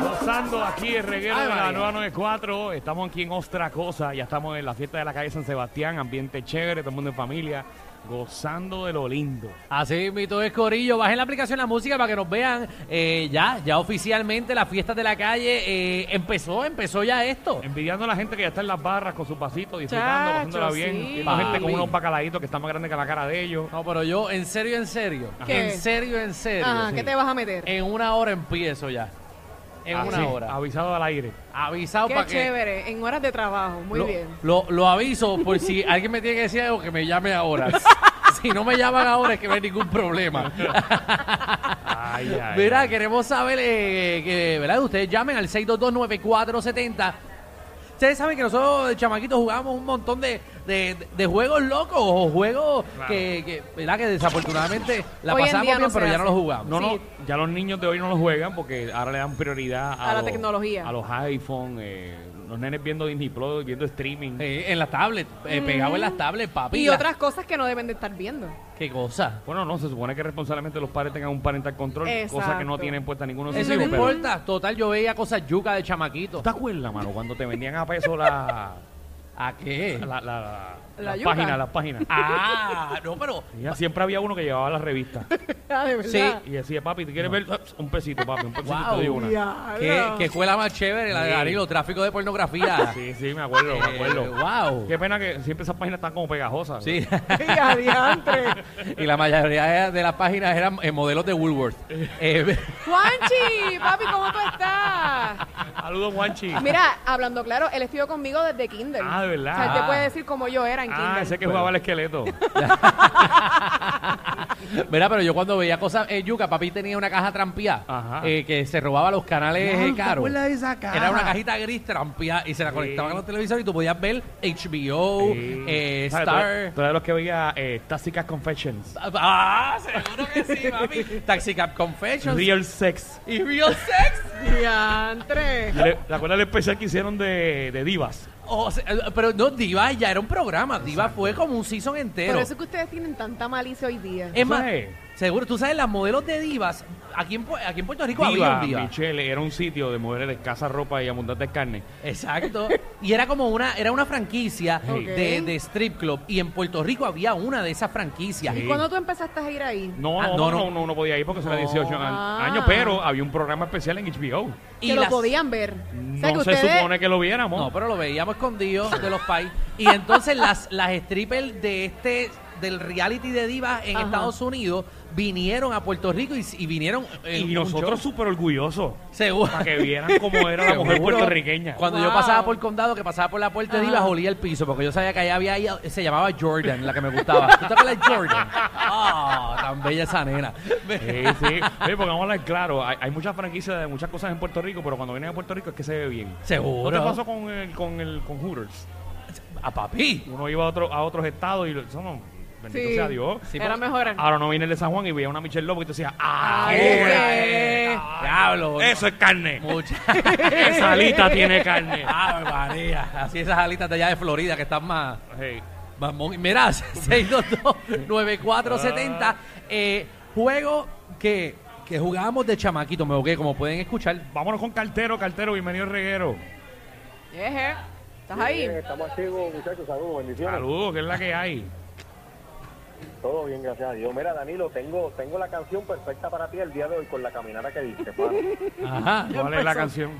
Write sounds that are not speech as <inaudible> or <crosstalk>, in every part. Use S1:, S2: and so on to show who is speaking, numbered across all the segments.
S1: Gozando aquí el reguero
S2: Ay,
S1: de la
S2: María.
S1: 994. Estamos aquí en Ostra Cosa. Ya estamos en la fiesta de la calle San Sebastián. Ambiente chévere, todo el mundo en familia. Gozando de lo lindo.
S2: Así mito es Corillo, bajen la aplicación La Música para que nos vean eh, ya, ya oficialmente las fiestas de la calle eh, empezó, empezó ya esto.
S1: Envidiando a la gente que ya está en las barras con sus pasitos, disfrutando,
S3: Chacho,
S1: pasándola bien.
S3: sí.
S1: Viendo gente con
S2: Papi.
S1: unos bacaladitos que están más grandes que la cara de ellos.
S2: No, pero yo en serio, en serio,
S3: ¿Qué?
S2: en serio, en serio.
S3: Ajá,
S2: sí.
S3: ¿qué te vas a
S1: Eh,
S3: meter?
S2: En una hora empiezo ya. En
S1: Así,
S2: una hora.
S1: Avisado al aire.
S2: Avisado
S3: Qué
S2: para que
S3: chévere, en horas de trabajo, muy
S2: lo,
S3: bien.
S2: lo- lo aviso por si alguien me tiene que decir algo que me llame ahora.
S3: <laughs>
S2: si no me llaman ahora es que no hay ningún problema.
S1: Ay, ay,
S2: Mira,
S1: ay.
S2: queremos saber eh, que, ¿verdad? Ustedes llamen al 6229470. Ustedes saben que nosotros, de chamaquitos, jugamos un montón de, de- de juegos locos o juegos
S1: Claro.
S2: que, que, ¿verdad? Que desafortunadamente la
S3: Hoy en
S2: pasamos
S3: día
S2: bien,
S3: no se
S2: pero ya no
S3: hace.
S2: los jugamos.
S1: No,
S3: Sí.
S1: no, ya los niños de hoy no los juegan porque ahora le dan prioridad a,
S3: A la
S1: los-
S3: tecnología.
S1: A los iPhone, eh, los nenes viendo Disney Plus, viendo streaming.
S2: Eh, en las tablets, eh, pegado en las tablets, papi.
S3: Y
S2: la-
S3: otras cosas que no deben de estar viendo. <laughs>
S2: ¿Qué cosa?
S1: Bueno, no, se supone que responsablemente los padres tengan un parental control, cosa que no
S3: Exacto.
S1: tienen puesta ninguno de sus
S2: Eso no
S1: hijos, pero-
S2: importa. Total, yo veía cosas yuca de
S1: ¿Tú
S2: chamaquitos.
S1: te acuerdas, mano, cuando te vendían a peso la,
S2: <laughs> ¿A qué?
S1: <laughs> la, la, la-
S3: La
S1: las
S3: yuca.
S1: páginas, las páginas?
S2: Ah, no, pero...
S1: Mira, siempre había uno que llevaba la revista
S3: Ah, de verdad.
S2: Sí.
S1: y decía, papi, ¿te quieres ver? Ups, Un pesito, papi, un pesito
S2: Wow.
S1: te doy una.
S3: Diablo.
S2: ¿Qué, qué escuela más chévere, la de
S1: Sí.
S2: Danilo, tráfico de pornografía.
S1: Sí, sí, me acuerdo, me acuerdo.
S2: Eh, wow.
S1: Qué pena que siempre esas páginas están como pegajosas. <laughs>
S2: Sí.
S3: <laughs> Y adiantre.
S2: y la mayoría de las páginas eran eh, modelos de Woolworth.
S1: <laughs>
S2: Eh, <laughs>
S3: Juanchi, papi, ¿cómo tú estás?
S1: Saludos, Juanchi.
S3: Mira, hablando claro, él estudió conmigo desde kinder.
S1: Ah, de verdad.
S3: O sea, él
S2: Ah.
S3: te puede decir cómo yo era en kinder.
S1: Ah, ese que jugaba al
S2: <laughs>
S1: esqueleto.
S2: Mira, pero yo cuando veía cosas en Yuca, papi tenía una caja
S1: Ajá.
S2: trampeada eh, que se robaba los canales eh, caros.
S1: acuerdas de esa caja?
S2: Era una cajita gris trampeada y se la conectaban a los televisores y tú podías ver HBO, eh,
S1: ¿Sabes? Tú-
S2: Star.
S1: Tú eres de los que veía eh, Tásicas Confessions,
S2: Ah, seguro que sí, papi. Taxi Cab Confessions.
S1: Real Sex.
S2: Y Real Sex.
S3: Diantre.
S1: Le- ¿Te acuerdas del especial que hicieron de, de divas?
S2: O sea, eh, pero no, Diva ya era un programa. Diva fue como un season entero.
S3: Por eso es que ustedes tienen tanta malicia hoy día.
S1: Eh,
S2: Es más,
S1: Sí.
S2: seguro, tú sabes, las modelos de divas, aquí en, Pu- aquí en Puerto Rico había
S1: Diva,
S2: un diva.
S1: Michelle, era un sitio de mujeres de escasa ropa y abundantes carnes.
S2: Exacto. Y era como una, era una franquicia
S1: Sí.
S2: de,
S3: Ok.
S2: de strip club. Y en Puerto Rico había una de esas franquicias.
S1: Sí.
S3: ¿Y cuándo tú empezaste a ir ahí?
S1: No,
S2: Ah,
S1: no, no,
S2: no, no.
S1: no, no podía ir porque eso era
S2: No.
S1: 18 an-
S3: Ah.
S1: años, pero había un programa especial en HBO.
S2: Y
S3: que lo
S2: las-
S3: podían ver. O sea,
S1: no
S3: que
S1: se
S3: ustedes...
S1: supone que lo viéramos.
S2: No, pero lo veíamos escondido de los países. Y entonces las, las strippers de este, del reality de divas en
S3: Ajá.
S2: Estados Unidos vinieron a Puerto Rico y, y vinieron. eh,
S1: y
S2: un
S1: nosotros
S2: show.
S1: súper orgullosos
S2: Seguro.
S1: para que vieran cómo
S2: <laughs>
S1: era la mujer
S2: Seguro.
S1: puertorriqueña.
S2: Cuando yo
S3: Wow.
S2: pasaba por el condado, que pasaba por la puerta de Divas, olía el piso, porque yo sabía que allá había, ahí- se llamaba Jordan, la que me gustaba. ¿Tú te acuerdas de
S1: <laughs>
S2: Jordan? Ah, tan bella esa nena.
S1: Sí, sí.
S2: <laughs>
S1: Oye, porque vamos a hablar claro, hay, hay muchas franquicias de muchas cosas en Puerto Rico, pero cuando vienen a Puerto Rico es que se ve bien. ¿No te
S2: Seguro.
S1: pasó con el, con el con Hooters?
S2: A papi.
S1: Uno iba a, otro, a otros estados y lo- eso no, bendito
S3: Sí.
S1: sea Dios. Ah.
S2: Sí,
S3: Era
S2: pues-
S3: mejor.
S1: Ahora no viene el de San Juan y veía una Michelle López y te decía, ¡ah!
S3: Ay,
S1: ahora
S3: qué-
S1: es, ah,
S2: Diablo.
S1: ¡Eso es carne!
S2: Mucha.
S1: <laughs>
S2: <laughs>
S1: Esa alita tiene
S3: <laughs>
S1: carne.
S2: Ave María. Así esas alitas de allá de Florida que están más.
S1: Hey.
S2: más mon- Mira, <laughs> 622-9470. Eh, juego que, que jugábamos de chamaquito, me boqué, como pueden escuchar.
S1: Vámonos con Cartero, Cartero, bienvenido al reguero.
S3: Eje, ¿Estás ahí?
S4: Eh, Estamos activos, muchachos. Saludos, bendiciones.
S1: Saludos, que es la que hay.
S4: Todo bien, gracias a Dios. Mira, Danilo, tengo, tengo la canción perfecta para ti el día de hoy con la caminata que
S2: <laughs>
S4: diste, mano.
S2: Ajá.
S1: ¿Cuál es la canción?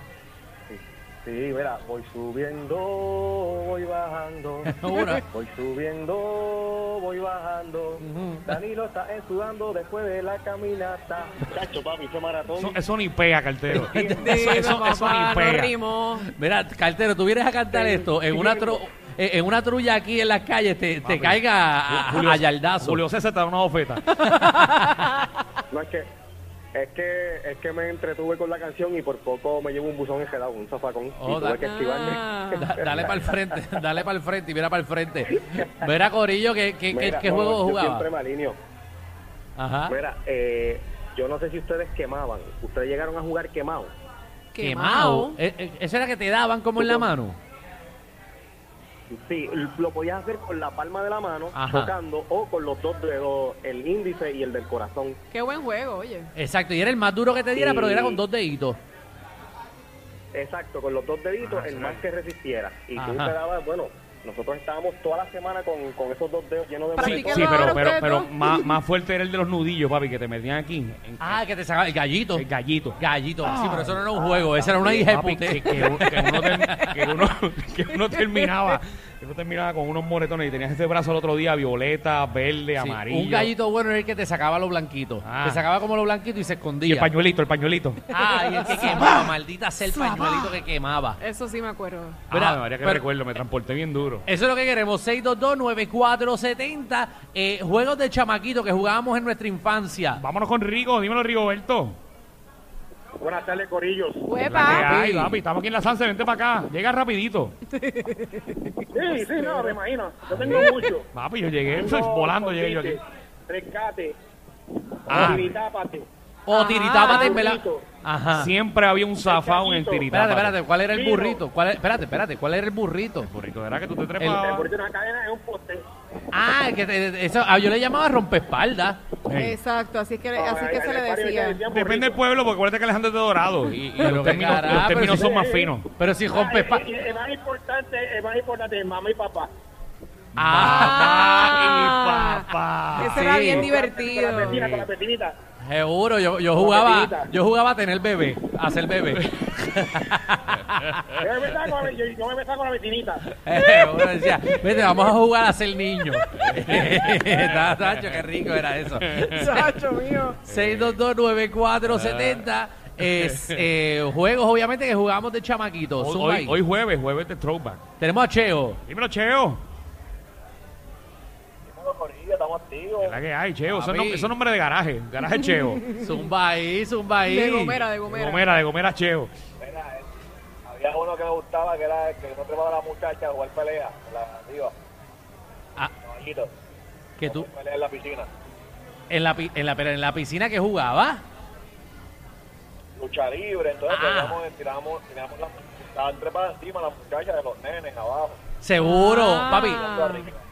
S4: Sí, mira, voy subiendo, voy bajando.
S2: <laughs> Ahora.
S4: Voy subiendo, voy bajando. Danilo está sudando después de la caminata. Chacho, papi, ese maratón.
S1: Eso, eso ni pega, cartero. eso, eso,
S3: <laughs> Dime,
S1: eso
S3: papá,
S1: ni
S3: no
S1: pega.
S3: rimó.
S2: Mira, cartero, tú vienes a cantar esto en una tru- eh, en una trulla aquí en las calles, te, te caiga a, a- a yardazo.
S1: Julio César te da una
S3: <laughs>
S1: oferta.
S4: No es que, es que, es que me entretuve con la canción y por poco me llevo un buzón engelado, un zafacón.
S2: Oh,
S4: y tuve
S2: da-
S4: que esquivarme. <laughs>
S3: Ah.
S2: <laughs> Da- dale para el frente, <laughs> dale para el frente y mira para el frente. Mira, Corillo, ¿qué, qué, qué-
S4: Mira,
S2: qué
S4: no,
S2: juego
S4: yo
S2: jugaba?
S4: siempre me alineo.
S1: Ah.
S2: Ajá.
S4: Mira, eh, yo no sé si ustedes quemaban. Ustedes llegaron a jugar quemado.
S3: Quemado.
S2: Eh, eh, Eso era que te daban como en la mano.
S4: Sí, lo podías hacer con la palma de la mano,
S2: Ajá.
S4: tocando, o con los dos dedos, el índice y el del corazón.
S3: Qué buen juego, oye.
S2: Exacto, y era el más duro que te diera,
S4: Sí.
S2: pero era con dos deditos.
S4: Exacto, con los dos deditos, el más que resistiera. Y tú
S2: Ajá.
S4: te dabas, bueno, nosotros estábamos toda la semana con, con esos dos dedos llenos de
S1: Sí,
S3: Practiquenlo
S1: sí, pero,
S3: ahora
S1: pero,
S3: ustedes
S1: pero
S3: dos.
S1: más, más fuerte era el de los nudillos, papi, que te metían aquí. En-
S2: Ah, que te sacaba el gallito.
S1: El gallito.
S2: Gallito, Ah, sí, pero eso no era un
S4: ah,
S2: juego, esa era una hija de
S1: Papi,
S2: puta.
S1: que, que uno, que uno ter- que uno- <laughs> que uno terminaba que uno terminaba con unos moretones y tenías ese brazo el otro día violeta, verde,
S2: Sí,
S1: amarillo.
S2: Un gallito bueno era el que te sacaba los blanquitos.
S1: Ah.
S2: Te sacaba como los blanquitos y se
S1: Y
S2: escondía.
S1: el pañuelito, el pañuelito.
S2: Ah, y el que quemaba, maldita sea el pañuelito que quemaba.
S3: Eso sí me acuerdo.
S2: Mira,
S1: ah, María, Ah, que
S2: pero-
S1: recuerdo, me transporté bien duro.
S2: Eso es lo que queremos, 622-9470, eh, juegos de chamaquito que jugábamos en nuestra infancia.
S1: Vámonos con Rigo, dímelo Rigoberto.
S4: Buenas tardes, Corillos.
S3: Huepa.
S1: Ay, papi, estamos aquí en la Sanse, vente para acá. Llega rapidito.
S4: Sí, sí, no, me imagino. Yo tengo
S1: <laughs>
S4: mucho.
S1: Papi, yo llegué
S4: Tengo
S1: volando, llegué yo aquí.
S4: convite, Rescate.
S1: Ah.
S4: Tiritápate.
S2: O tiritábate en vela.
S4: burrito.
S2: Ajá.
S1: Siempre había un zafado en el
S4: gallito.
S1: tiritapa.
S2: Espérate, espérate, ¿cuál era el
S4: Miro.
S2: burrito? ¿Cuál, espérate, espérate, ¿cuál era el burrito?
S1: Burrito, ¿verdad que tú te
S4: Me
S1: trepabas?
S4: corté una cadena en un poste.
S2: Ah, que te- eso, ah, yo le llamaba rompespaldas.
S1: Ey.
S3: Exacto, así que, así que se le decía.
S1: Depende del pueblo, porque acuérdate que Alejandro es de Dorado. Y, y
S2: Pero
S1: los
S2: qué
S1: términos,
S2: carajo,
S1: los términos
S2: pero si-
S1: son más finos.
S2: Pero si
S4: ah,
S2: rompespaldas.
S4: El más importante, el más importante, mamá y papá.
S3: Ah.
S1: Ay,
S2: Ah.
S1: papá.
S3: Ese era
S2: Sí.
S3: bien
S4: Con la
S3: divertido.
S4: vecina, con la vecinita.
S2: Seguro, yo, yo jugaba,
S4: Papelita.
S2: yo jugaba a tener bebé, a ser bebé.
S4: Yo me besaba con la- yo- yo me besaba con la vecinita.
S2: Uno decía, vete, vamos a jugar a ser niño. Ta- Tacho, qué rico era eso.
S3: Chacho mío.
S2: 6229470 es eh, juegos obviamente que jugábamos de chamaquitos.
S1: Hoy,
S2: Zumba
S1: hoy-
S2: ahí.
S1: hoy jueves, jueves de throwback.
S2: Tenemos a Cheo.
S1: Dímelo, Cheo.
S4: Estamos activos.
S1: ¿Verdad que hay, Cheo? Eso es, nom-
S2: Papi.
S1: eso es nombre de garaje.
S2: <laughs>
S1: Garaje Cheo. De
S2: Zumba ahí, zumba ahí.
S3: De gomera, de gomera.
S1: Gomera, de Gomera Cheo.
S4: Mira, eh, había uno que me gustaba que era el que no trepaba a la muchacha a jugar pelea, la diva,
S2: Ah,
S4: caballito,
S2: que tú,
S4: pelea en la piscina,
S2: en la, pi- en la, pero en la piscina que jugaba.
S4: lucha libre, entonces
S2: Ah.
S4: tiramos, tiramos, tiramos la, estaban trepadas encima las muchachas de los nenes abajo.
S2: Seguro,
S3: Ah.
S2: papi.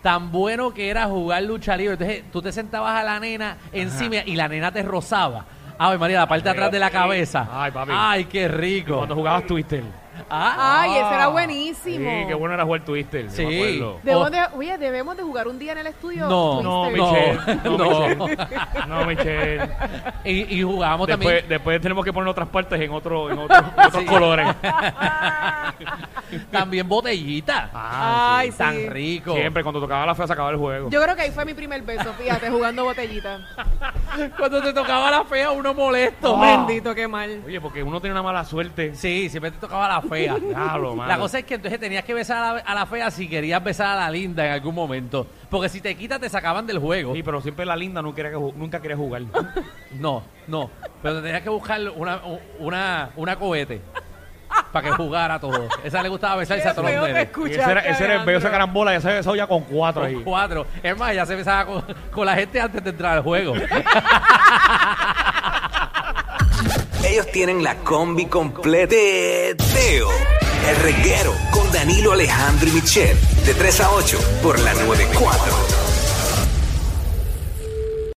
S2: Tan bueno que era jugar lucha libre. Entonces tú te sentabas a la nena encima y la nena te rozaba. Ay, María, la parte de atrás de la cabeza.
S1: Ay, papi.
S2: Ay, qué rico.
S1: Cuando jugabas Twister.
S2: Ah,
S3: Ay, ese era
S1: Sí,
S3: buenísimo.
S1: qué bueno era jugar Twister.
S2: Sí.
S1: Sí. Me acuerdo.
S3: Debemos de- oye, debemos de jugar un día en el estudio.
S2: No,
S1: No,
S3: Twister.
S1: Michelle. No,
S2: No.
S1: Michelle.
S2: <laughs>
S1: No, Michelle.
S2: y, y jugábamos también.
S1: Después, después tenemos que poner otras partes en, otro, en otro- en otros
S2: Sí. <laughs>
S1: colores.
S2: También botellita.
S1: Ah,
S3: Ay, sí.
S2: Tan rico.
S1: Siempre, cuando tocaba la fea, se acababa el juego.
S3: Yo creo que ahí fue mi primer beso, fíjate, jugando botellita.
S2: Cuando te tocaba la fea, uno
S1: <laughs>
S2: molesto.
S1: Oh.
S3: Bendito, qué mal.
S1: Oye, porque uno tiene una mala suerte.
S2: Sí, siempre te tocaba la fea.
S1: Diablo, mano.
S2: La cosa es que entonces tenías que besar a la, a la fea si querías besar a la linda en algún momento. Porque si te quitas, te sacaban del juego.
S1: Sí, pero siempre la linda no quería que ju- nunca quería jugar.
S2: No, no. Pero tenías que buscar una, una, una cohete para que jugara todo. Esa le gustaba besar y se
S3: Qué feo te
S2: atrompé.
S1: Y
S3: escuchaste,
S1: ese era, ese era el
S3: Alejandro.
S1: veo, esa carambola, ya se había besado ya con cuatro ahí.
S2: Cuatro. Es más, ya se besaba con, con la gente antes de entrar al juego.
S5: Ellos tienen la combi completa de Teo. El reguero con Danilo Alejandro y Michel. De 3 a 8 por la 94.